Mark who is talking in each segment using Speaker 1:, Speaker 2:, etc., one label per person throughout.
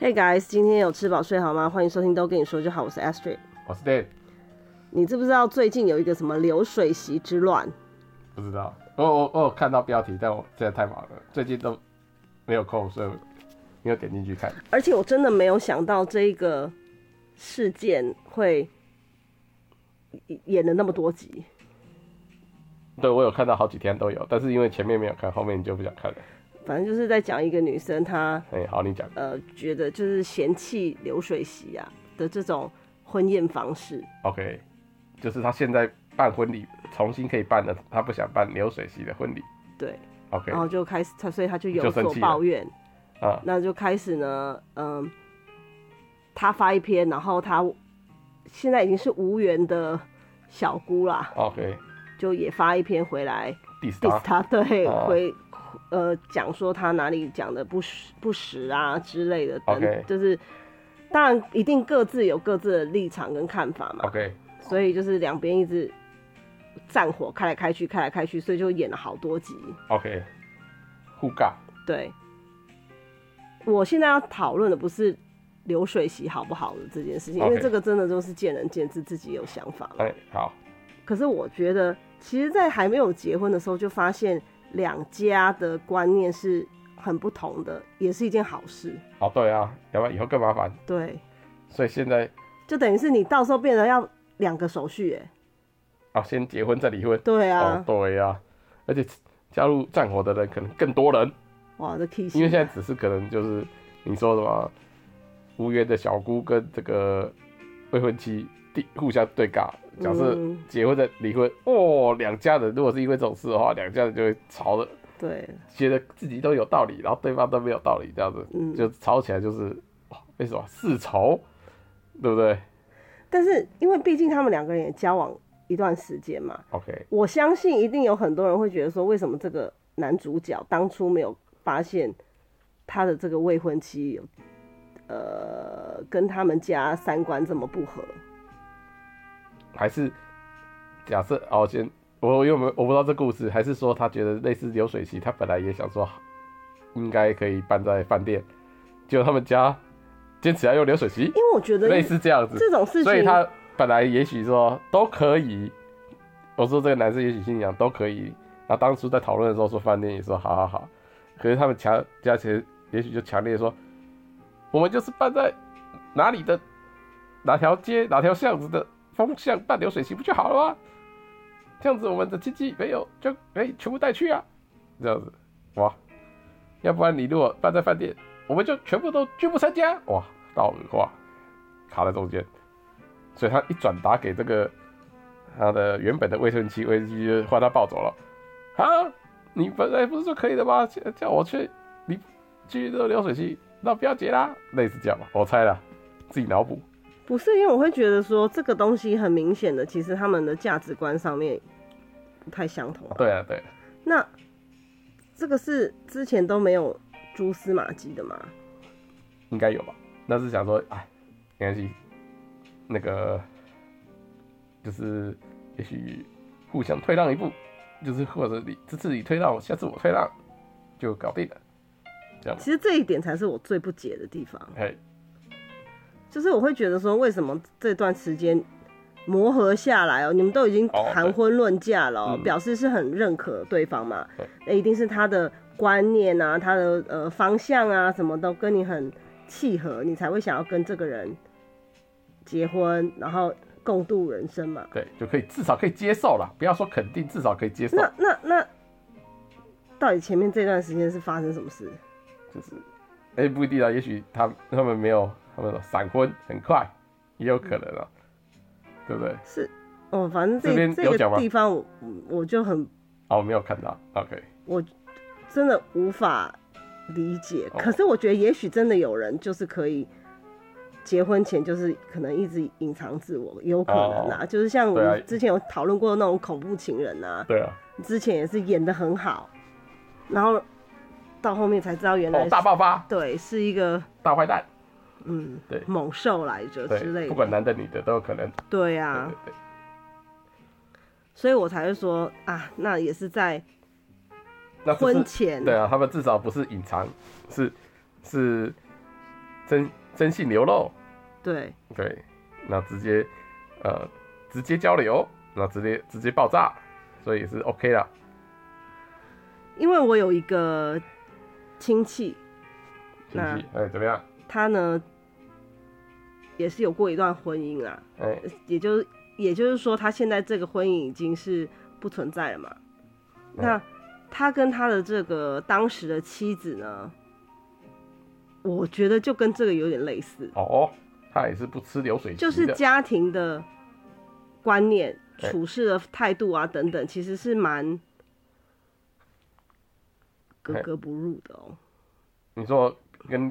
Speaker 1: Hey guys，今天有吃饱睡好吗？欢迎收听都跟你说就好，我是 Astrid。
Speaker 2: 我是 Dan，
Speaker 1: 你知不知道最近有一个什么流水席之乱？
Speaker 2: 不知道，我我我有看到标题，但我现在太忙了，最近都没有空，所以没有点进去看。
Speaker 1: 而且我真的没有想到这个事件会演了那么多集。
Speaker 2: 对我有看到好几天都有，但是因为前面没有看，后面你就不想看了。
Speaker 1: 反正就是在讲一个女生她
Speaker 2: 哎、好，你讲
Speaker 1: 呃觉得就是嫌弃流水席啊的这种婚宴方式。
Speaker 2: ，OK，就是他现在办婚礼，重新可以办了，他不想办流水席的婚礼
Speaker 1: 对，
Speaker 2: ，OK
Speaker 1: 然后就开始，她所以她就有
Speaker 2: 就生
Speaker 1: 所
Speaker 2: 气了
Speaker 1: 抱怨，
Speaker 2: 啊，
Speaker 1: 那就开始呢，嗯，他发一篇，然后他现在已经是无缘的小姑啦，
Speaker 2: ，OK，
Speaker 1: 就也发一篇回来
Speaker 2: 第四
Speaker 1: diss
Speaker 2: 他
Speaker 1: 他，对，
Speaker 2: 啊
Speaker 1: 回呃讲说他哪里讲的不实不实啊之类的，等
Speaker 2: OK
Speaker 1: 就是当然一定各自有各自的立场跟看法嘛，
Speaker 2: ，OK，
Speaker 1: 所以就是两边一直战火开来开去，开来开去，所以就演了好多集，
Speaker 2: OK，互尬，
Speaker 1: 对，我现在要讨论的不是流水席好不好的这件事情，因为
Speaker 2: OK
Speaker 1: 这个真的都是见仁见智，自己有想法嘛。
Speaker 2: 哎、好，
Speaker 1: 可是我觉得，其实，在还没有结婚的时候，就发现两家的观念是很不同的，也是一件好事。
Speaker 2: 好，对啊，要不然以后更麻烦，
Speaker 1: 对，
Speaker 2: 所以现在
Speaker 1: 就等于是你到时候变得要两个手续，哎，
Speaker 2: 啊，先结婚再离婚，
Speaker 1: 对
Speaker 2: 哦
Speaker 1: 啊，，
Speaker 2: 对呀、而且加入战火的人可能更多人，
Speaker 1: 哇，这 K
Speaker 2: 因为现在只是可能就是你说什么无缘的小姑跟这个未婚妻地互相对尬，假设
Speaker 1: 嗯
Speaker 2: 结婚再离婚，哦，两家人如果是因为这种事的话，两家人就会吵的，
Speaker 1: 对，
Speaker 2: 觉得自己都有道理，然后对方都没有道理，这样子
Speaker 1: 嗯
Speaker 2: 就吵起来就是哇为什么世仇，对不对
Speaker 1: 但是因为毕竟他们两个人也交往一段时间嘛，
Speaker 2: ？OK，
Speaker 1: 我相信一定有很多人会觉得说，为什么这个男主角当初没有发现他的这个未婚妻有呃跟他们家三观这么不合？
Speaker 2: 还是假设哦，先我因为我们我不知道这故事，还是说他觉得类似流水席，他本来也想说应该可以办在饭店，结果他们家坚持要用流水席，
Speaker 1: 因为我觉得
Speaker 2: 类似这样子，
Speaker 1: 这种事情，
Speaker 2: 所以他本来也许说都可以，我说这个男生也许心里想都可以，那当初在讨论的时候说饭店也说好好好，可是他们强加起来也许就强烈说，我们就是办在哪里的哪条街哪条巷子的风向办流水席不就好了吗？这样子我们的经济没有就可以全部带去啊，这样子哇，要不然你如果办在饭店，我们就全部都全部参加哇，道恶化卡在中间。所以他一转达给这个他的原本的卫生期，卫生期就换他抱走了。啊，你本来不是说可以的吗？叫叫我去，你去这个流水席，那不要结啦，类似这样吧，我猜啦，自己脑补。
Speaker 1: 不是因为我会觉得说这个东西很明显的，其实他们的价值观上面不太相同。
Speaker 2: 对啊，对啊，
Speaker 1: 那这个是之前都没有蛛丝马迹的嘛？
Speaker 2: 应该有吧？那是想说，哎，没关系，那个就是也许互相退让一步，就是或者你这次你退让，下次我退让，就搞定了。
Speaker 1: 其实这一点才是我最不解的地方。
Speaker 2: 哎，
Speaker 1: 就是我会觉得说，为什么这段时间磨合下来哦，你们都已经
Speaker 2: 哦
Speaker 1: 谈婚论嫁了、哦，
Speaker 2: 嗯
Speaker 1: 表示是很认可对方嘛
Speaker 2: 对，
Speaker 1: 那一定是他的观念啊、他的呃方向啊，什么都跟你很契合，你才会想要跟这个人结婚，然后共度人生嘛。
Speaker 2: 对，就可以至少可以接受了，不要说肯定，至少可以接受，
Speaker 1: 那那那，到底前面这段时间是发生什么事？
Speaker 2: 就是，哎、不一定啊，也许他他们没有，他们说闪婚很快，也有可能啊，对不对？
Speaker 1: 是哦，反正
Speaker 2: 这
Speaker 1: 这
Speaker 2: 边
Speaker 1: 这
Speaker 2: 有讲
Speaker 1: 个
Speaker 2: 吗
Speaker 1: 地方我我就很
Speaker 2: 啊，我没有看到，OK，
Speaker 1: 我真的无法理解。
Speaker 2: 哦
Speaker 1: 可是我觉得，也许真的有人就是可以结婚前就是可能一直隐藏自我，有可能啊。就是像我
Speaker 2: 对啊
Speaker 1: 们之前有讨论过那种恐怖情人啊，
Speaker 2: 对啊，
Speaker 1: 之前也是演的很好，然后到后面才知道原来
Speaker 2: 哦，
Speaker 1: 是、
Speaker 2: 大爆发，
Speaker 1: 对是一个
Speaker 2: 大坏蛋，
Speaker 1: 嗯
Speaker 2: 对
Speaker 1: 猛兽来着之类
Speaker 2: 对，不管
Speaker 1: 的，
Speaker 2: 男的女的都有可能，
Speaker 1: 对
Speaker 2: 对
Speaker 1: 啊。
Speaker 2: 对对，
Speaker 1: 所以我才会说啊，那也是在
Speaker 2: 那这
Speaker 1: 婚
Speaker 2: 是啊
Speaker 1: 前
Speaker 2: 对啊，他们至少不是隐藏，是是真真性流露，
Speaker 1: 对，
Speaker 2: 对，那直接呃直接交流，那直接直接爆炸，所以也是 OK 啦。
Speaker 1: 因为我有一个亲戚，
Speaker 2: 是不是？哎，怎么样？
Speaker 1: 他呢也是有过一段婚姻啦，
Speaker 2: 哎，
Speaker 1: 也就也就是说，他现在这个婚姻已经是不存在了嘛。
Speaker 2: 嗯
Speaker 1: 那他跟他的这个当时的妻子呢，我觉得就跟这个有点类似，
Speaker 2: 哦，他也是不吃流水席的，
Speaker 1: 就是家庭的观念、
Speaker 2: 对
Speaker 1: 处事的态度啊等等，其实是蛮格
Speaker 2: 嘿
Speaker 1: 格不入的哦。
Speaker 2: 你说跟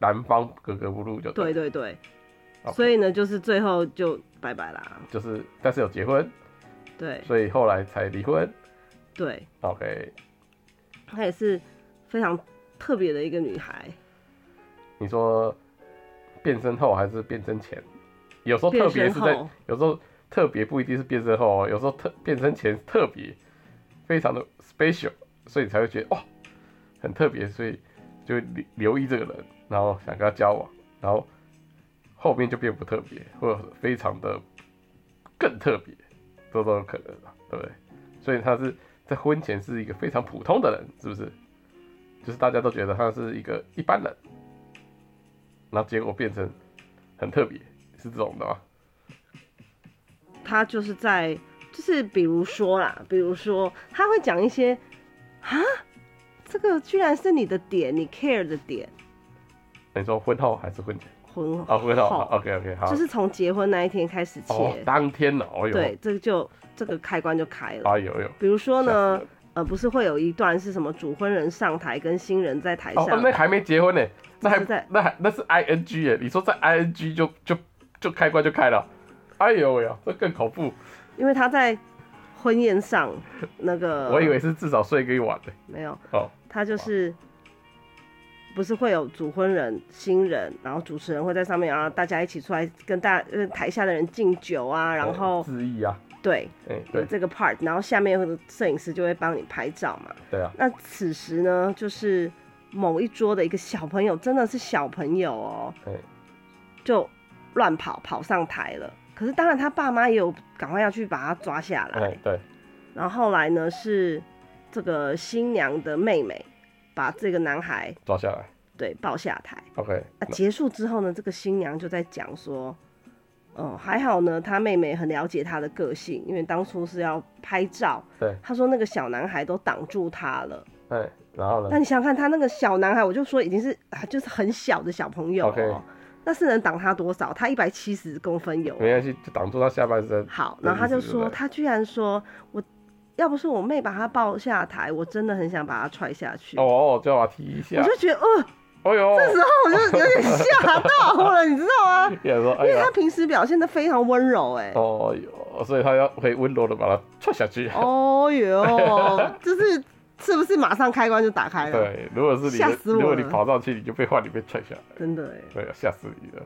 Speaker 2: 男方格格不入就
Speaker 1: 对，对对，
Speaker 2: OK
Speaker 1: 所以呢，就是最后就拜拜啦。
Speaker 2: 就是但是有结婚，
Speaker 1: 对
Speaker 2: 所以后来才离婚。
Speaker 1: 对，
Speaker 2: OK，
Speaker 1: 她也是非常特别的一个女孩，
Speaker 2: 你说变身后还是变身前？有时候特
Speaker 1: 变
Speaker 2: 别
Speaker 1: 身
Speaker 2: 是在
Speaker 1: 后，
Speaker 2: 有时候特别不一定是变身后哦，有时候特变身前特别非常的 special，所以才会觉得哇、哦很特别，所以就会留留意这个人，然后想跟他交往，然后后面就变不特别，或者非常的更特别，这都有可能嘛，对不对？所以他是在婚前是一个非常普通的人，是不是？就是大家都觉得他是一个一般人，然后结果变成很特别，是这种的吗？
Speaker 1: 她就是在就是比如说啦，比如说她会讲一些啊，这个居然是你的点，你 care 的点，
Speaker 2: 你说婚后还是婚前？
Speaker 1: 婚
Speaker 2: 啊，婚后
Speaker 1: 后
Speaker 2: ，OK OK，好，
Speaker 1: 就是从结婚那一天开始切，
Speaker 2: 哦，当天呢，哦
Speaker 1: 对
Speaker 2: 呦，，
Speaker 1: 这个就这个开关就开了。
Speaker 2: 啊有有，
Speaker 1: 比如说
Speaker 2: 吓
Speaker 1: 呢
Speaker 2: 死了，
Speaker 1: 呃，不是会有一段是什么主婚人上台跟新人在台
Speaker 2: 哦
Speaker 1: 上，，
Speaker 2: 哦那还没结婚呢，那
Speaker 1: 就是
Speaker 2: 还
Speaker 1: 在
Speaker 2: 那还那是 ING 耶，你说在 ING 就就就开关就开了，哎呦喂呀，这更恐怖，
Speaker 1: 因为他在婚宴上那个，
Speaker 2: 我以为是至少睡个一晚呢，
Speaker 1: 没有，
Speaker 2: 哦，
Speaker 1: 他就是不是会有主婚人、新人，然后主持人会在上面，然后大家一起出来跟大跟台下的人敬酒啊，然
Speaker 2: 哎
Speaker 1: 后嗯
Speaker 2: 致意啊，
Speaker 1: 对
Speaker 2: 哎
Speaker 1: 有
Speaker 2: 对
Speaker 1: 这个 part，然后下面会有摄影师就会帮你拍照嘛。
Speaker 2: 对啊，
Speaker 1: 那此时呢，就是某一桌的一个小朋友，真的是小朋友哦，
Speaker 2: 哎
Speaker 1: 就乱跑跑上台了。可是当然他爸妈也有赶快要去把他抓下来。
Speaker 2: 哎对，
Speaker 1: 然后后来呢是这个新娘的妹妹把这个男孩
Speaker 2: 抓下来
Speaker 1: 对抱下台。
Speaker 2: ，OK，
Speaker 1: 啊，结束之后呢，这个新娘就在讲说，哦、还好呢，她妹妹很了解她的个性，因为当初是要拍照，
Speaker 2: 对，
Speaker 1: 她说那个小男孩都挡住她了。
Speaker 2: 哎，然后
Speaker 1: 那
Speaker 2: 呢
Speaker 1: 你想想看，他那个小男孩，我就说已经是啊，就是很小的小朋友、哦
Speaker 2: OK
Speaker 1: 那是能挡他多少？他一百七十公分有。
Speaker 2: 没关系，就挡住他下半身，
Speaker 1: 好，
Speaker 2: 那
Speaker 1: 然后他
Speaker 2: 意思
Speaker 1: 就是
Speaker 2: 不
Speaker 1: 说，
Speaker 2: 是
Speaker 1: 他居然说我要不是我妹把他抱下台，我真的很想把他踹下去。
Speaker 2: 哦，就要把他踢一
Speaker 1: 嗯我
Speaker 2: 下，
Speaker 1: 就觉得，呃，
Speaker 2: 哎呦，
Speaker 1: 那时候我就有点吓到了，你知道吗？
Speaker 2: 也说哎
Speaker 1: 因为
Speaker 2: 呀
Speaker 1: 他。平时表现的非常温柔、哎、
Speaker 2: 哦哟，所以他要可以温柔的把它踹下去。
Speaker 1: 哦哟，就是是不是马上开关就打开了？
Speaker 2: 对，如果是你
Speaker 1: 哎吓
Speaker 2: 的，
Speaker 1: 死我
Speaker 2: 如
Speaker 1: 了
Speaker 2: 果你跑上去，你就被换，你被踹下来，
Speaker 1: 真的、哎，
Speaker 2: 对，吓死你了。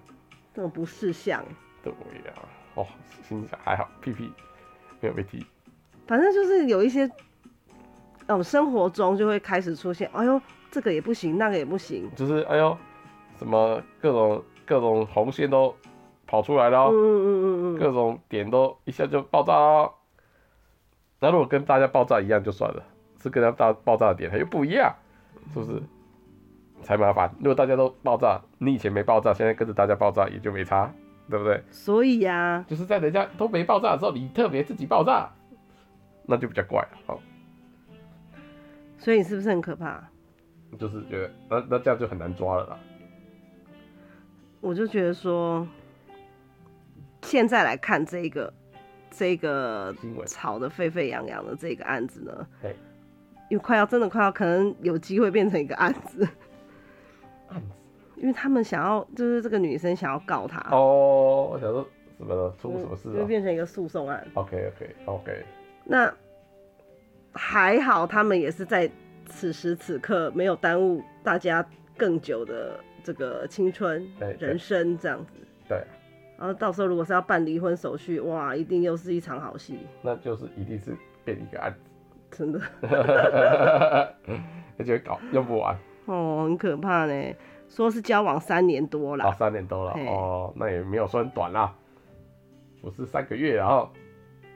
Speaker 1: 这种不识相。
Speaker 2: 对呀、哦，心想还好，屁屁没有被踢。
Speaker 1: 反正就是有一些，嗯，生活中就会开始出现，哎呦，这个也不行，那个也不行，
Speaker 2: 就是哎呦，什么各种各种红线都跑出来
Speaker 1: 嗯
Speaker 2: 了、哦，
Speaker 1: 嗯嗯嗯嗯，
Speaker 2: 各种点都一下就爆炸哦。那如果跟大家爆炸一样就算了，是跟他大爆炸的点它又不一样，是不是？才麻烦。如果大家都爆炸，你以前没爆炸，现在跟着大家爆炸也就没差，对不对？
Speaker 1: 所以呀、
Speaker 2: 就是在人家都没爆炸的时候，你特别自己爆炸，那就比较怪了。好，
Speaker 1: 所以你是不是很可怕？
Speaker 2: 就是觉得那那这样就很难抓了啦。
Speaker 1: 我就觉得说，现在来看这个这个
Speaker 2: 新闻
Speaker 1: 吵得沸沸扬扬的这个案子呢
Speaker 2: 对，
Speaker 1: 因为快要真的快要可能有机会变成一个案子，
Speaker 2: 案子
Speaker 1: 因为他们想要就是这个女生想要告他，
Speaker 2: 哦，我想说什么了？出
Speaker 1: 就
Speaker 2: 什么事啊
Speaker 1: 就
Speaker 2: 了、
Speaker 1: 变成一个诉讼案。
Speaker 2: o k OK OK，
Speaker 1: 那还好，他们也是在此时此刻没有耽误大家更久的这个青春
Speaker 2: 对对
Speaker 1: 人生这样子。
Speaker 2: 对，啊
Speaker 1: 然后到时候如果是要办离婚手续，哇，一定又是一场好戏，
Speaker 2: 那就是一定是变一个案
Speaker 1: 真的
Speaker 2: 子，那就会搞用不完。
Speaker 1: 哦，很可怕呢。说是交往三年多
Speaker 2: 啊，
Speaker 1: 了，
Speaker 2: 三年多了
Speaker 1: 嘿
Speaker 2: 哦，那也没有说很短啦，不是三个月，然后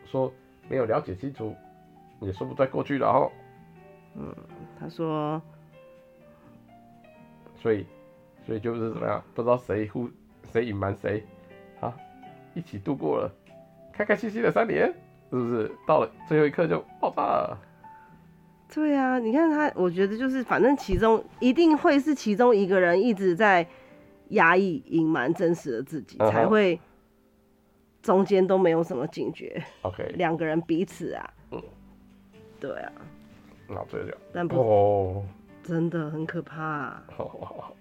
Speaker 2: 说没有了解清楚，也说不太过去，然哦后
Speaker 1: 他说
Speaker 2: 所以所以就是怎么样，不知道谁互谁隐瞒谁，啊，一起度过了开开心心的三年，是不是？到了最后一刻就爆炸了，
Speaker 1: 对啊，你看他，我觉得就是反正其中一定会是其中一个人一直在压抑、隐瞒真实的自己，
Speaker 2: 嗯哼
Speaker 1: 才会中间都没有什么警觉，
Speaker 2: ？OK，
Speaker 1: 两个人彼此啊
Speaker 2: 嗯，
Speaker 1: 对啊，
Speaker 2: 那最后就
Speaker 1: 但不
Speaker 2: 哦，
Speaker 1: 真的很可怕啊、
Speaker 2: 好好好，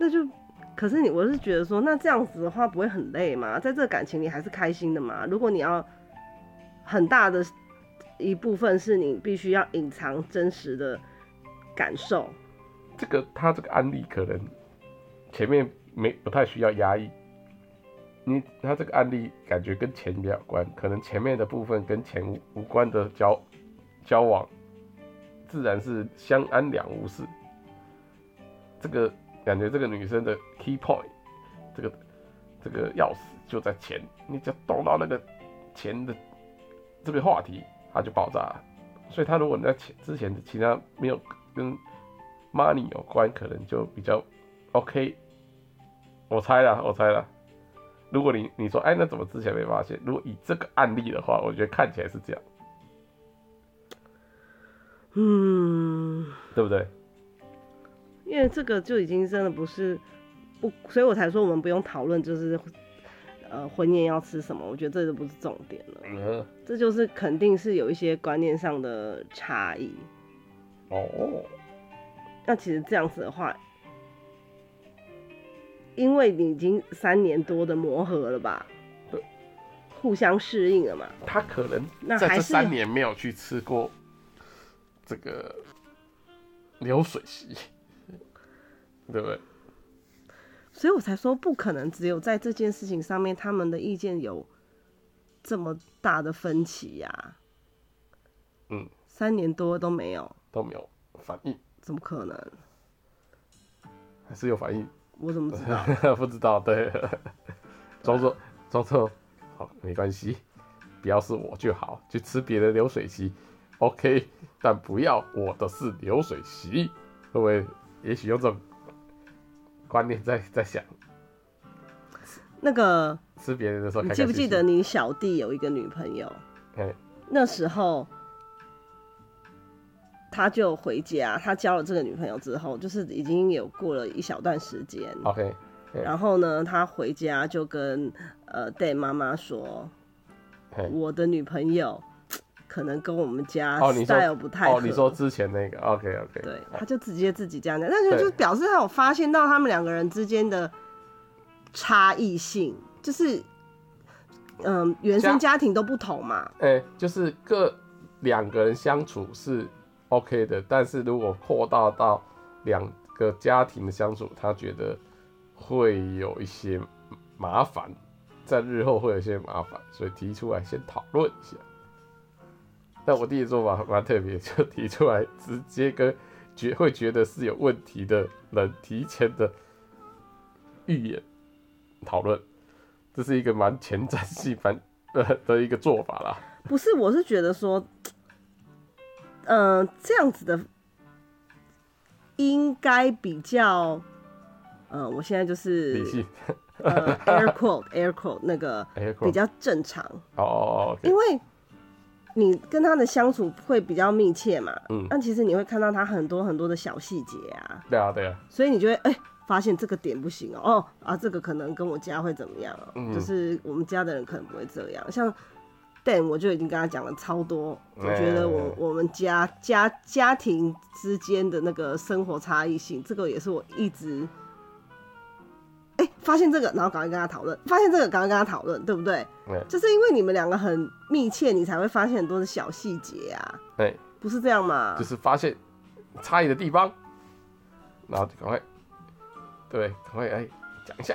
Speaker 1: 那就。可是你，我是觉得说，那这样子的话不会很累吗？在这个感情里还是开心的嘛？如果你要很大的一部分是你必须要隐藏真实的感受，
Speaker 2: 这个他这个案例可能前面没不太需要压抑，你他这个案例感觉跟钱比较有关，可能前面的部分跟钱无无关的交交往，自然是相安两无事。这个感觉这个女生的 key point，这个这个钥匙就在钱，你只要动到那个钱的这个话题，它就爆炸了。所以他如果在前之前的其他没有跟 money 有关，可能就比较 OK。我猜啦，我猜啦。如果你你说，哎，那怎么之前没发现？如果以这个案例的话，我觉得看起来是这样，
Speaker 1: 嗯，
Speaker 2: 对不对？
Speaker 1: 因为这个就已经真的不是不，所以我才说我们不用讨论，就是呃婚宴要吃什么，我觉得这都不是重点了，
Speaker 2: 嗯，
Speaker 1: 这就是肯定是有一些观念上的差异。
Speaker 2: 哦，
Speaker 1: 那其实这样子的话，因为你已经三年多的磨合了吧，
Speaker 2: 对，
Speaker 1: 互相适应了嘛，
Speaker 2: 他可能
Speaker 1: 那
Speaker 2: 在
Speaker 1: 还
Speaker 2: 这
Speaker 1: 是
Speaker 2: 三年没有去吃过这个流水席，对不对？
Speaker 1: 所以我才说不可能只有在这件事情上面他们的意见有这么大的分歧呀、
Speaker 2: 嗯，
Speaker 1: 三年多都没有，
Speaker 2: 都没有反应，
Speaker 1: 怎么可能？
Speaker 2: 还是有反应？
Speaker 1: 我怎么知 道？
Speaker 2: 不知道，对，
Speaker 1: 啊
Speaker 2: 装作装作好，没关系，不要是我就好，去吃别的流水席，OK，但不要我的是流水席，会不会？也许用这种观念在在想，
Speaker 1: 那个，
Speaker 2: 吃别人的时候
Speaker 1: 你
Speaker 2: 开开
Speaker 1: 记不
Speaker 2: 心心，
Speaker 1: 记得你小弟有一个女朋友？
Speaker 2: 哎？
Speaker 1: 那时候他就回家，他交了这个女朋友之后，就是已经有过了一小段时间。
Speaker 2: o k
Speaker 1: 然后呢，他回家就跟呃 d 妈妈说，
Speaker 2: 嘿
Speaker 1: 我的女朋友可能跟我们家
Speaker 2: 哦，你说
Speaker 1: style 不太合。
Speaker 2: 哦，你说之前那个，OK OK，
Speaker 1: 对，他就直接自己这样讲，但是
Speaker 2: 哦对
Speaker 1: 就表示他有发现到他们两个人之间的差异性，就是嗯、原生家庭都不同嘛。
Speaker 2: 哎、就是各两个人相处是 OK 的，但是如果扩大到两个家庭的相处，他觉得会有一些麻烦，在日后会有一些麻烦，所以提出来先讨论一下。但我弟的做法蛮特别，就提出来直接跟觉会觉得是有问题的人提前的预言讨论，这是一个蛮前瞻性蛮 呃的一个做法啦。
Speaker 1: 不是，我是觉得说，嗯、这样子的应该比较，呃，我现在就是
Speaker 2: 理性。
Speaker 1: 呃 air quote air quote 那个
Speaker 2: Air quote
Speaker 1: 比较正常，
Speaker 2: 哦哦哦
Speaker 1: 因
Speaker 2: ，OK，
Speaker 1: 为你跟他的相处会比较密切嘛，
Speaker 2: 嗯
Speaker 1: 那其实你会看到他很多很多的小细节啊，
Speaker 2: 对啊对啊，
Speaker 1: 所以你就会哎、发现这个点不行哦，哦啊这个可能跟我家会怎么样、哦，
Speaker 2: 嗯
Speaker 1: 就是我们家的人可能不会这样，像。但我就已经跟他讲了超多，我
Speaker 2: 哎
Speaker 1: 觉得我我们家家家庭之间的那个生活差异性，这个也是我一直，哎、发现这个，然后赶快跟他讨论，发现这个，赶快跟他讨论，对不对？
Speaker 2: 哎
Speaker 1: 就是因为你们两个很密切，你才会发现很多的小细节啊，
Speaker 2: 哎，
Speaker 1: 不是这样吗？
Speaker 2: 就是发现差异的地方，然后就赶快，对，赶快哎讲一下，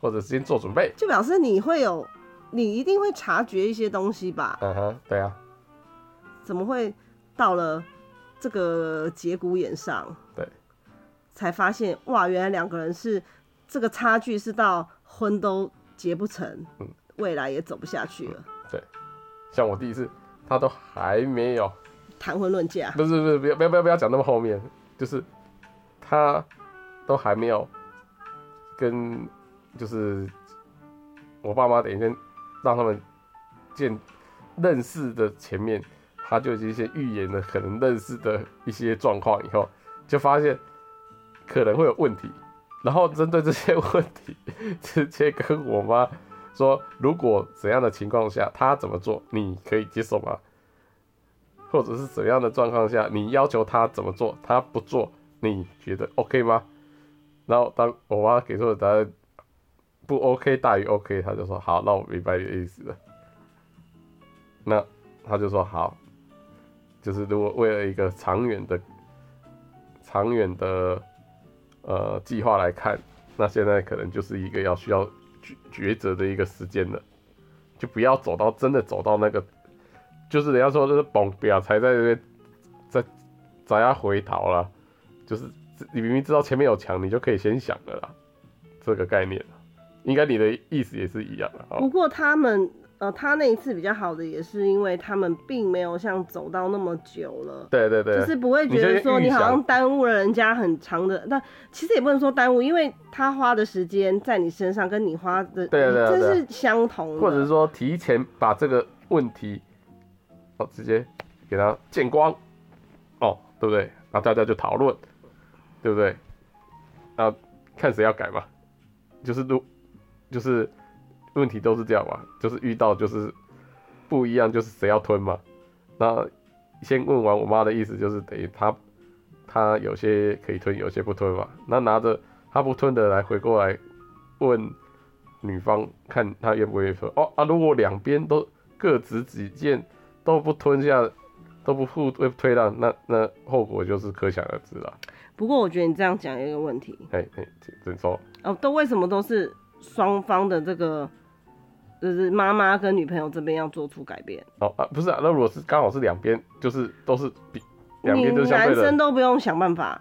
Speaker 2: 或者先做准备。
Speaker 1: 就表示你会有，你一定会察觉一些东西吧？
Speaker 2: 嗯哼，对啊，
Speaker 1: 怎么会到了这个节骨眼上？
Speaker 2: 对，
Speaker 1: 才发现，哇，原来两个人是这个差距是到婚都结不成，
Speaker 2: 嗯
Speaker 1: 未来也走不下去了，
Speaker 2: 像我第一次，他都还没有，
Speaker 1: 谈婚论嫁。
Speaker 2: 不是不是，不要不要不要不要讲那么后面，就是他都还没有跟，就是我爸妈等于先让他们见认识的前面，他就已经先预言了可能认识的一些状况，以后就发现可能会有问题，然后针对这些问题，直接跟我妈说，如果怎样的情况下他怎么做，你可以接受吗？或者是怎样的状况下，你要求他怎么做，他不做，你觉得 OK 吗？然后当我妈给出的答案不 OK 大于 OK，他就说好，那我明白你的意思了。那他就说好，就是如果为了一个长远的、长远的呃计划来看，那现在可能就是一个要需要抉抉择的一个时间了，就不要走到真的走到那个就是人家说就是绑表才在那边在咱家回逃啦，就是你明明知道前面有墙，你就可以先想了啦，这个概念，应该你的意思也是一样的啊。
Speaker 1: 不过他们呃，他那一次比较好的也是因为他们并没有像走到那么久了。
Speaker 2: 对对对，
Speaker 1: 就是不会觉得说
Speaker 2: 你
Speaker 1: 你
Speaker 2: 就
Speaker 1: 好像
Speaker 2: 会预想
Speaker 1: 耽误了人家很长的，但其实也不能说耽误，因为他花的时间在你身上跟你花的，
Speaker 2: 对对对啊
Speaker 1: 这是相同的。
Speaker 2: 或者是说提前把这个问题，哦，直接给他见光，哦，对不对？然后大家就讨论，对不对？啊，看谁要改嘛，就是如，就是问题都是这样嘛，就是遇到就是不一样，就是谁要吞嘛。那先问完我妈的意思，就是等于她她有些可以吞，有些不吞嘛。那拿着她不吞的来回过来问女方看她愿不愿意吞。哦啊，如果两边都各执己见，都不吞下，都不互推推让，那那后果就是可想而知了。
Speaker 1: 不过我觉得你这样讲有一个问题
Speaker 2: 哎哎，请请说。
Speaker 1: 哦，都为什么都是双方的这个，就是妈妈跟女朋友这边要做出改变，
Speaker 2: 哦啊，不是啊，那如果是刚好是两边，就是都是比两
Speaker 1: 你
Speaker 2: 边都是相
Speaker 1: 男
Speaker 2: 对的
Speaker 1: 生，都不用想办法。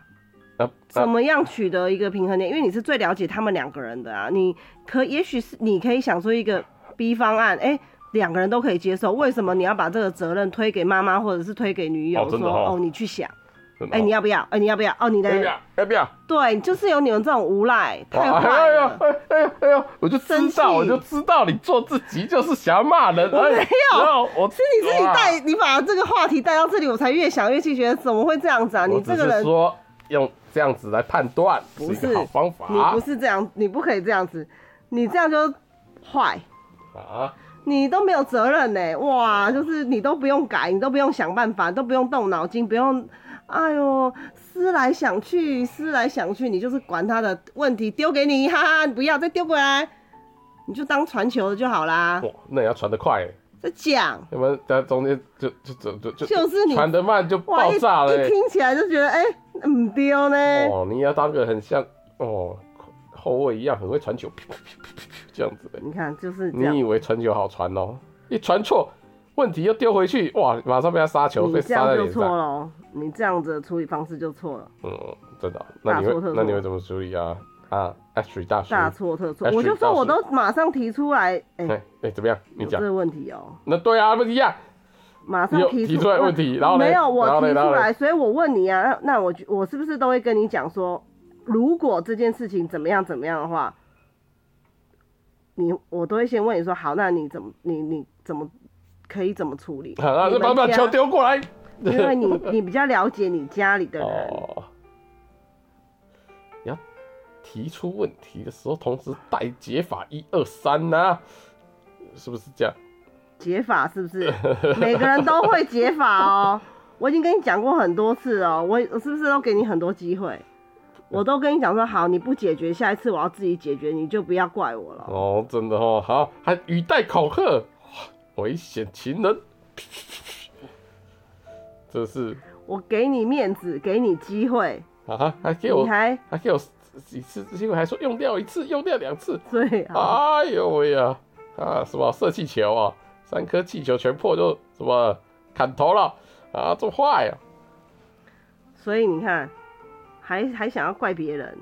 Speaker 2: 啊
Speaker 1: 怎
Speaker 2: 啊，
Speaker 1: 么样取得一个平衡点？因为你是最了解他们两个人的啊，你可也许是你可以想出一个 B 方案，哎、两个人都可以接受，为什么你要把这个责任推给妈妈或者是推给女友？
Speaker 2: 哦真的
Speaker 1: 说
Speaker 2: 哦
Speaker 1: 哦，你去想，
Speaker 2: 真的
Speaker 1: 哎、
Speaker 2: 哦
Speaker 1: 你要不要？哎、你要不要？哦，你
Speaker 2: 要不
Speaker 1: 的
Speaker 2: 要要不要？
Speaker 1: 对，就是有你们这种无赖，太
Speaker 2: 哇
Speaker 1: 坏
Speaker 2: 哎呦
Speaker 1: 了。
Speaker 2: 哎哎呦哎呦！我就
Speaker 1: 生
Speaker 2: 知
Speaker 1: 气
Speaker 2: 道，我就知道你做自己就是想要骂人而已。
Speaker 1: 没有
Speaker 2: 然后我
Speaker 1: 是你自己
Speaker 2: 哇
Speaker 1: 带，你把这个话题带到这里，我才越想越气，觉得怎么会这样子啊？
Speaker 2: 我
Speaker 1: 你
Speaker 2: 只
Speaker 1: 这个
Speaker 2: 是
Speaker 1: 人，
Speaker 2: 说用这样子来判断
Speaker 1: 不
Speaker 2: 一
Speaker 1: 是
Speaker 2: 个好方
Speaker 1: 你
Speaker 2: 法
Speaker 1: 不是这样，你不可以这样子，你这样就坏。
Speaker 2: 啊。
Speaker 1: 你都没有责任呢、哇，就是你都不用改，你都不用想办法，都不用动脑筋，不用，哎呦，思来想去，思来想去，你就是管他的问题丢给你，哈哈，你不要再丢过来，你就当传球的就好啦。
Speaker 2: 哇，那也要传得快欸，
Speaker 1: 再讲，
Speaker 2: 要不然在中间就就就就就
Speaker 1: 就是你
Speaker 2: 传得慢就
Speaker 1: 哇，
Speaker 2: 爆
Speaker 1: 一
Speaker 2: 炸了
Speaker 1: 一
Speaker 2: 欸。
Speaker 1: 听起来就觉得，哎、嗯丢呢，
Speaker 2: 哦，你要当个很像哦后卫一样，很会传球，噗噗噗噗噗这样子的。
Speaker 1: 你看就是这样
Speaker 2: 你。以为传球好传哦，一传错，问题又丢回去，哇，马上被他杀球，
Speaker 1: 你
Speaker 2: 被
Speaker 1: 这
Speaker 2: 杀在
Speaker 1: 样就
Speaker 2: 脸
Speaker 1: 错
Speaker 2: 上。
Speaker 1: 了哦，你这样子的处理方式就错了，
Speaker 2: 嗯，真的。那你
Speaker 1: 大错特错
Speaker 2: 会那你会怎么处理啊？啊，Ashley 大叔，
Speaker 1: 大错特错。
Speaker 2: 哎
Speaker 1: 我就说
Speaker 2: 水
Speaker 1: 我
Speaker 2: 倒
Speaker 1: 都马上提出来，哎、
Speaker 2: 哎哎，怎么样？你
Speaker 1: 有
Speaker 2: 讲
Speaker 1: 这。个问题哦、
Speaker 2: 那对啊，不一样。
Speaker 1: 马上
Speaker 2: 你
Speaker 1: 提
Speaker 2: 有提出来问题然后嘞
Speaker 1: 没有我
Speaker 2: 然后嘞
Speaker 1: 提
Speaker 2: 然
Speaker 1: 出
Speaker 2: 后
Speaker 1: 来，
Speaker 2: 嘞
Speaker 1: 所以我问你啊，那那我就我是不是都会跟你讲说，如果这件事情怎么样怎么样的话，你我都会先问你说，好，那你怎么你你怎么可以怎么处理？
Speaker 2: 好，那就把把球丢过来。
Speaker 1: 你们家，因为你你比较了解你家里的人，
Speaker 2: 哦，你要提出问题的时候，同时带解法一二三呐，是不是这样？
Speaker 1: 解法是不是？每个人都会解法哦。我已经跟你讲过很多次哦，我我是不是都给你很多机会？我都跟你讲说，好，你不解决，下一次我要自己解决，你就不要怪我了。
Speaker 2: 哦，真的哦，好，还语带恐吓，哇危险情人， 这是
Speaker 1: 我给你面子，给你机会，
Speaker 2: 啊，还给我
Speaker 1: 你，还
Speaker 2: 还给我几次机会，还说用掉一次，用掉两次，
Speaker 1: 最好。
Speaker 2: 哎呦喂呀、啊！什么射气球啊，三颗气球全破就什啊么砍头了啊，这么坏呀、
Speaker 1: 所以你看，还还想要怪别人，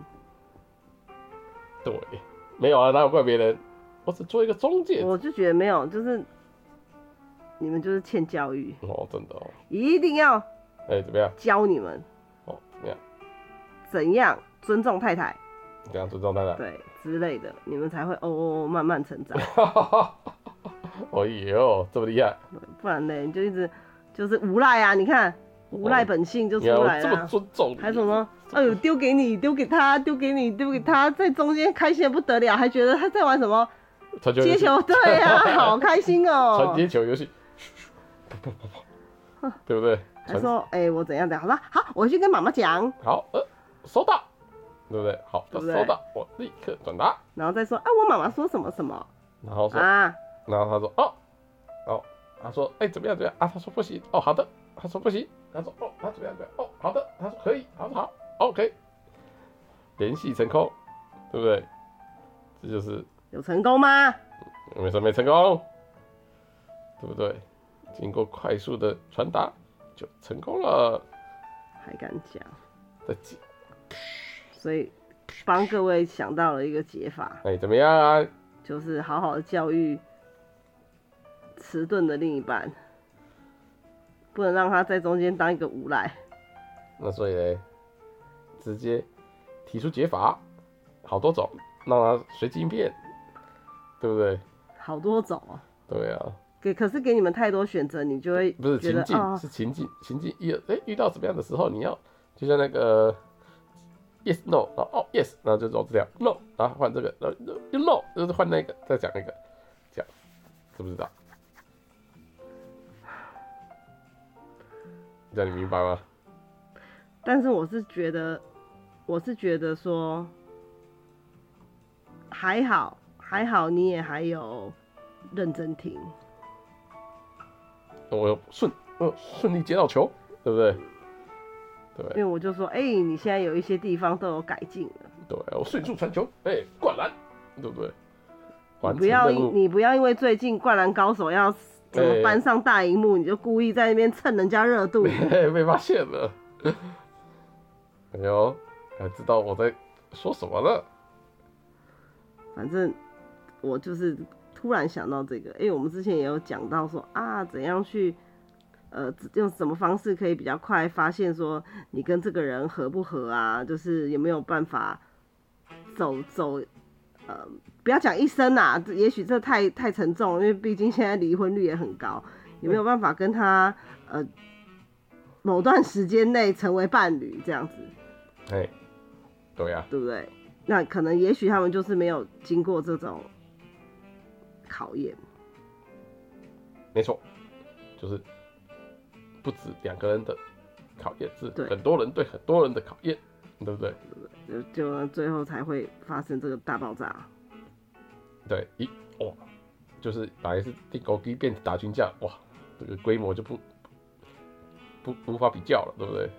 Speaker 2: 对，没有啊，哪有怪别人？我只做一个中介。
Speaker 1: 我就觉得没有，就是你们就是欠教育，
Speaker 2: 哦，真的哦，
Speaker 1: 一定要
Speaker 2: 哎、怎么样？
Speaker 1: 教你们
Speaker 2: 哦，怎么样？
Speaker 1: 怎样尊重太太，
Speaker 2: 怎样尊重大家？
Speaker 1: 对之类的，你们才会哦哦哦慢慢成长，
Speaker 2: 哦哟，这么厉害！
Speaker 1: 对不然呢你就一直就是无赖啊！你看无赖本性就
Speaker 2: 哦你
Speaker 1: 出
Speaker 2: 看我
Speaker 1: 来
Speaker 2: 这
Speaker 1: 了
Speaker 2: 么
Speaker 1: 啊，
Speaker 2: 尊重你，
Speaker 1: 还什么？哎呦，丢给你，丢给他，丢给你，丢给他，在中间开心的不得了，还觉得他在玩什么
Speaker 2: 传球游
Speaker 1: 接
Speaker 2: 戏
Speaker 1: 球？对 啊，好开心
Speaker 2: 传
Speaker 1: 哦、
Speaker 2: 接球 游戏，对不对？
Speaker 1: 还
Speaker 2: 传
Speaker 1: 说哎、我怎样怎样，好吧，好，我去跟妈妈讲，
Speaker 2: 好，呃，收到，对不对？好，
Speaker 1: 对不对
Speaker 2: 收到，我立刻转达。
Speaker 1: 然后再说啊，我妈妈说什么什么
Speaker 2: 然后说，
Speaker 1: 啊，
Speaker 2: 然后他说，哦，哦，他说，哎，怎么样怎么样啊？他说不行，哦，好的，他说不行，他说，哦，他怎么样怎么样，哦，好的，他说可以，他说好，OK，联系成功，对不对？这就是
Speaker 1: 有成功吗？
Speaker 2: 没说没成功，对不对？经过快速的传达就成功了，
Speaker 1: 还敢讲，
Speaker 2: 再见。
Speaker 1: 所以帮各位想到了一个解法，
Speaker 2: 哎，怎么样啊？
Speaker 1: 就是好好的教育迟钝的另一半，不能让他在中间当一个无赖。
Speaker 2: 那所以呢，直接提出解法，好多种，让他随机应变，对不对？
Speaker 1: 好多种哦、
Speaker 2: 对啊，
Speaker 1: 给可是给你们太多选择，你就会
Speaker 2: 不是
Speaker 1: 觉
Speaker 2: 情
Speaker 1: 得
Speaker 2: 境，
Speaker 1: 哦，
Speaker 2: 是情境，情境一二，哎，遇到什么样的时候，你要就像那个 yes no，然后哦 yes，然后就走这样 no，然后换这个，然后又 no，就是换那个，再讲一个，这样知不知道？这样你明白吗？
Speaker 1: 但是我是觉得，我是觉得说还好还好，你也还有认真听，
Speaker 2: 我有顺，我有顺利接到球，对不对？
Speaker 1: 因
Speaker 2: 对。
Speaker 1: 为我就说，哎、你现在有一些地方都有改进了，
Speaker 2: 对，我迅速传球，哎、灌篮，对不对？完
Speaker 1: 你不
Speaker 2: 成
Speaker 1: 要
Speaker 2: 任
Speaker 1: 因
Speaker 2: 务，
Speaker 1: 你不要因为最近《灌篮高手》要怎么搬上大荧幕，你就故意在那边蹭人家热度，
Speaker 2: 嘿 被发现了。哎呦，还知道我在说什么了？
Speaker 1: 反正我就是突然想到这个，哎、我们之前也有讲到说啊，怎样去，呃，用什么方式可以比较快发现说你跟这个人合不合啊，就是有没有办法走走，呃，不要讲一生啊，这也许这太太沉重了，因为毕竟现在离婚率也很高，有没有办法跟他呃某段时间内成为伴侣这样子？
Speaker 2: 哎，对呀、
Speaker 1: 对不对？那可能也许他们就是没有经过这种考验，
Speaker 2: 没错，就是不止两个人的考验，是
Speaker 1: 对
Speaker 2: 很多人对很多人的考验，对不对？
Speaker 1: 就就最后才会发生这个大爆炸。
Speaker 2: 对，一哇，就是本来是定高低变打群架，哇，这个规模就不不无法比较了，对不对？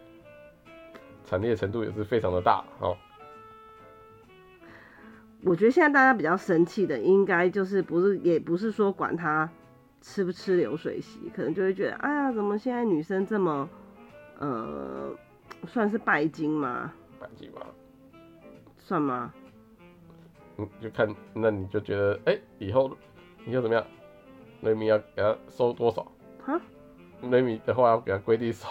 Speaker 2: 惨烈程度也是非常的大哦。
Speaker 1: 我觉得现在大家比较生气的，应该就是不是也不是说管他吃不吃流水席，可能就会觉得，哎呀，怎么现在女生这么，呃，算是拜金吗？
Speaker 2: 反击吧，
Speaker 1: 算吗？
Speaker 2: 嗯，就看那你就觉得，哎、以后以后怎么样？雷米要给他收多少？
Speaker 1: 哈，
Speaker 2: 雷米的话要给他规定收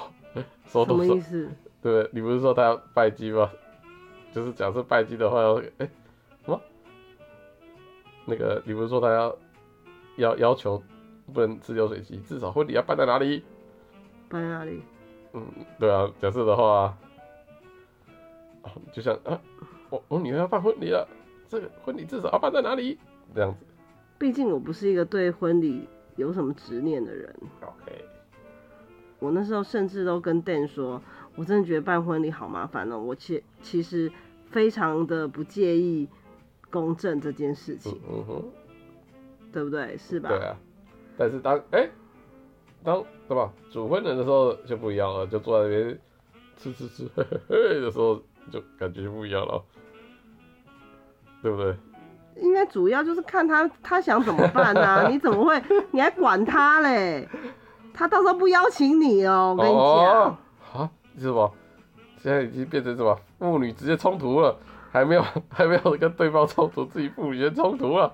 Speaker 2: 收
Speaker 1: 什
Speaker 2: 多
Speaker 1: 么
Speaker 2: 少
Speaker 1: 意？思？
Speaker 2: 对不对？你不是说他要拜祭吗？就是假设拜祭的话要，哎、什么？那个你不是说他要要要求不能吃流水席，至少婚礼要办在哪里？
Speaker 1: 搬在哪里？
Speaker 2: 嗯，对啊，假设的话，哦就像啊，我我女儿要办婚礼了，这个婚礼至少要办在哪里？这样子
Speaker 1: 毕竟我不是一个对婚礼有什么执念的人。
Speaker 2: ，OK，
Speaker 1: 我那时候甚至都跟 Dan 说，我真的觉得办婚礼好麻烦哦。我其其实非常的不介意公证这件事情
Speaker 2: 嗯，嗯哼，
Speaker 1: 对不对？是吧？
Speaker 2: 嗯对啊，但是当哎、当对吧主婚人的时候就不一样了，就坐在那边吃吃吃嘿嘿嘿的时候就感觉就不一样了，对不对？
Speaker 1: 应该主要就是看他他想怎么办啊？你怎么会你还管他
Speaker 2: 哦
Speaker 1: 嘞？他到时候不邀请你哦，我跟你讲，
Speaker 2: 啊，是什么？现在已经变成什么父女直接冲突了，还没有还没有跟对方冲突，自己父女先冲突了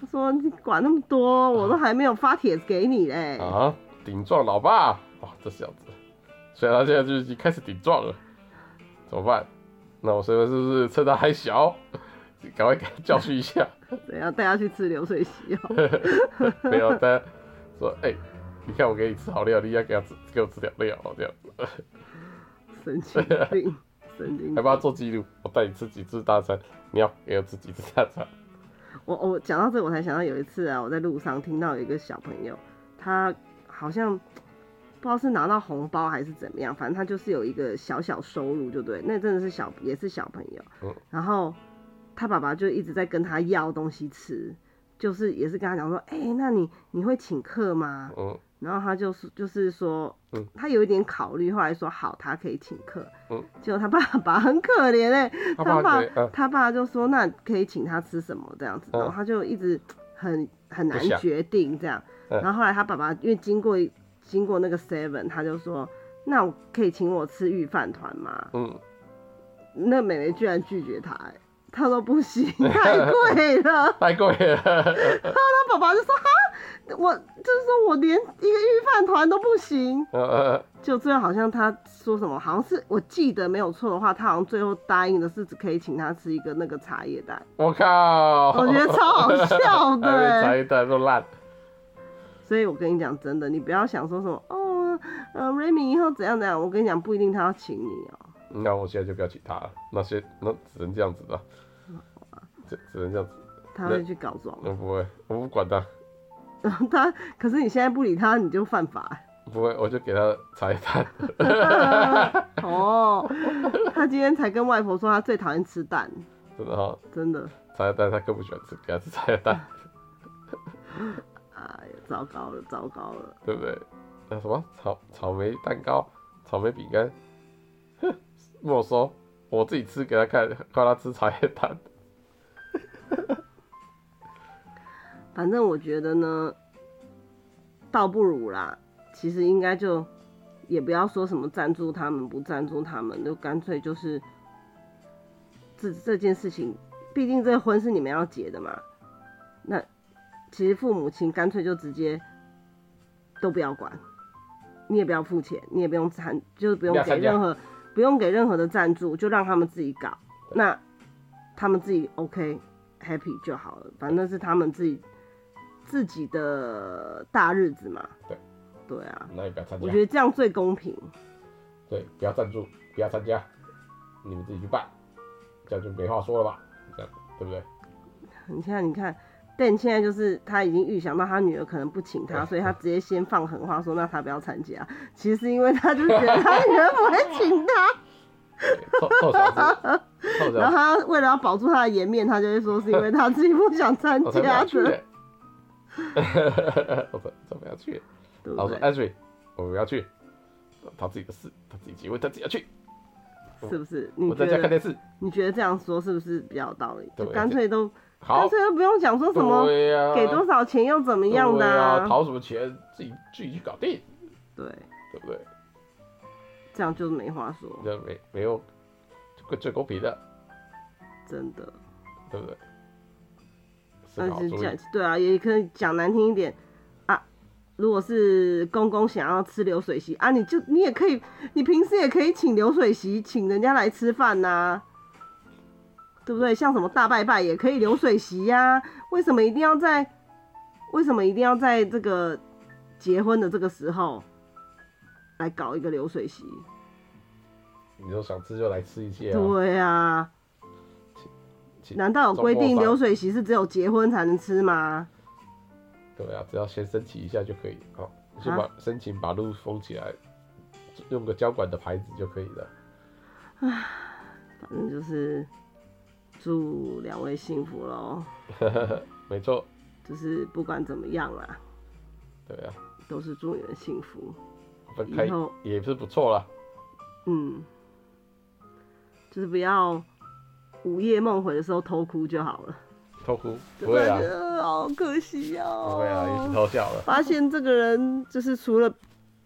Speaker 1: 他说你管那么多，我都还没有发帖子给你嘞。
Speaker 2: 啊！顶撞老爸，哇，这小子，所以他现在就已经开始顶撞了，怎么办？那我现在是不是趁他还小，赶快给他教训一下？
Speaker 1: 对，要带他去吃流水席哦。
Speaker 2: 没有，他说，哎、你看我给你吃好料，你要给他吃，给我吃点料，这样子。
Speaker 1: 神经病，神经 病。
Speaker 2: 还帮他做记录，我带你吃几次大餐，你要给我吃几次大餐。
Speaker 1: 我我讲到这，我才想到有一次啊，我在路上听到有一个小朋友，他好像不知道是拿到红包还是怎么样，反正他就是有一个小小收入，就对，那真的是小也是小朋友。
Speaker 2: 嗯
Speaker 1: 然后他爸爸就一直在跟他要东西吃，就是也是跟他讲说，哎、那你你会请客吗？
Speaker 2: 嗯，
Speaker 1: 然后他就是就是说
Speaker 2: 嗯，
Speaker 1: 他有一点考虑，后来说好，他可以请客。
Speaker 2: 嗯，
Speaker 1: 结果他爸爸很可怜哎、
Speaker 2: 他
Speaker 1: 他
Speaker 2: 爸
Speaker 1: 爸
Speaker 2: 给，嗯，
Speaker 1: 他爸就说那可以请他吃什么这样子，
Speaker 2: 嗯
Speaker 1: 然后他就一直很很难
Speaker 2: 不想
Speaker 1: 决定这样。
Speaker 2: 嗯
Speaker 1: 然后后来他爸爸因为经过经过那个 Seven，他就说那我可以请我吃御饭团吗？
Speaker 2: 嗯，
Speaker 1: 那妹妹居然拒绝他、欸，他说不行，太贵 了。
Speaker 2: 太贵了。
Speaker 1: 他爸爸就说哈，我就是说我连一个御饭团都不行。
Speaker 2: 呃，
Speaker 1: 就最后好像他说什么，好像是我记得没有错的话，他好像最后答应的是只可以请他吃一个那个茶叶蛋。
Speaker 2: 我靠！
Speaker 1: 我觉得超好笑的
Speaker 2: 还没
Speaker 1: 欸、
Speaker 2: 查一段都烂。
Speaker 1: 所以我跟你讲真的，你不要想说什么哦，呃，Remy 以后怎样怎样，我跟你讲不一定他要请你哦、
Speaker 2: 那我现在就不要请他了，那些那只能这样子了，嗯只只能这样子。
Speaker 1: 他会去告状。
Speaker 2: 我不会，我不管他，
Speaker 1: 然后 他，可是你现在不理他，你就犯法。
Speaker 2: 不会，我就给他查一段。
Speaker 1: 哦， 他今天才跟外婆说他最讨厌吃蛋，
Speaker 2: 真的哈，
Speaker 1: 真的，
Speaker 2: 茶叶蛋他更不喜欢吃，给他吃茶叶蛋，
Speaker 1: 哎呀，糟糕了，糟糕了。
Speaker 2: 对不对？那什么草草莓蛋糕、草莓饼干， 哼，没收，我自己吃给他看，看他吃茶叶蛋。
Speaker 1: 反正我觉得呢，倒不如啦，其实应该就也不要说什么赞助他们不赞助他们，就干脆就是这这件事情，毕竟这个婚是你们要结的嘛。那其实父母亲干脆就直接都不要管，你也不要付钱，你也不用参，就是不用
Speaker 2: 不要
Speaker 1: 给
Speaker 2: 参加
Speaker 1: 任何不用给任何的赞助，就让他们自己搞。那他们自己 OK happy 就好了，反正是他们自己自己的大日子嘛。
Speaker 2: 对，
Speaker 1: 对啊，
Speaker 2: 那也不要参加
Speaker 1: 我觉，得这样最公平。
Speaker 2: 对，不要赞助，不要参加，你们自己去办，这样就没话说了吧？这样对不对？
Speaker 1: 你看，你看，Dan 现在就是他已经预想到他女儿可能不请他，
Speaker 2: 对
Speaker 1: 所以他直接先放狠话说那他不要参加。其实是因为他就觉得他女儿不会请他，
Speaker 2: 臭臭小 子，臭
Speaker 1: 然后
Speaker 2: 小子，
Speaker 1: 他为了要保住他的颜面，他就会说是因为他自己不想参
Speaker 2: 我才不
Speaker 1: 加
Speaker 2: 要去
Speaker 1: 的。
Speaker 2: 嘞！我才才不要去嘞！
Speaker 1: 对
Speaker 2: 然
Speaker 1: 不
Speaker 2: 后说
Speaker 1: 对？
Speaker 2: Ashley，我不要去，他自己的事，他自己结婚，他自己要去。
Speaker 1: 是不是？
Speaker 2: 我
Speaker 1: 你觉
Speaker 2: 在家看
Speaker 1: 得
Speaker 2: 电视。
Speaker 1: 你觉得这样说是不是比较有道理？
Speaker 2: 对
Speaker 1: 就干脆都
Speaker 2: 好
Speaker 1: 干，脆都不用讲说什么。
Speaker 2: 对呀、
Speaker 1: 给多少钱又怎么
Speaker 2: 一
Speaker 1: 样的、
Speaker 2: 啊？掏什么钱自己自己去搞定，
Speaker 1: 对，
Speaker 2: 对不对？
Speaker 1: 这样就没话说，
Speaker 2: 这没没有最最公平的，
Speaker 1: 真的。
Speaker 2: 对不对？是
Speaker 1: 但
Speaker 2: 个好
Speaker 1: 是
Speaker 2: 主意
Speaker 1: 讲对啊，也可以讲难听一点啊。如果是公公想要吃流水席啊，你就你也可以，你平时也可以请流水席，请人家来吃饭呐、对不对？像什么大拜拜也可以流水席呀、为什么一定要在？为什么一定要在这个结婚的这个时候来搞一个流水席？
Speaker 2: 你就想吃就来吃一些啊。
Speaker 1: 对啊，
Speaker 2: 请
Speaker 1: 难道有规
Speaker 2: 中
Speaker 1: 定
Speaker 2: 国饭
Speaker 1: 流水席是只有结婚才能吃吗？
Speaker 2: 对啊，只要先申请一下就可以。好，先
Speaker 1: 啊
Speaker 2: 把、申请把路封起来，用个交管的牌子就可以了。
Speaker 1: 反正就是祝两位幸福喽。
Speaker 2: 没错，
Speaker 1: 就是不管怎么样啦，
Speaker 2: 对啊，
Speaker 1: 都是祝你们幸福。
Speaker 2: 分开
Speaker 1: 以后
Speaker 2: 也是不错啦。
Speaker 1: 嗯，就是不要午夜梦回的时候偷哭就好了。
Speaker 2: 偷哭不会啊，
Speaker 1: 呃好可惜哦、
Speaker 2: 不会啊，一直偷笑了。
Speaker 1: 发现这个人就是除了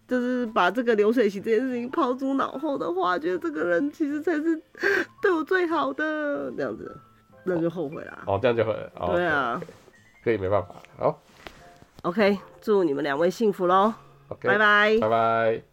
Speaker 1: 就是把这个流水席这件事情抛诸脑后的话，觉得这个人其实才是对我最好的这样子，那就后悔啦。
Speaker 2: 哦，这样就很哦，
Speaker 1: 对啊
Speaker 2: 可以，可以没办法，好
Speaker 1: ，OK，祝你们两位幸福喽，
Speaker 2: ，OK，
Speaker 1: 拜拜。
Speaker 2: 拜拜。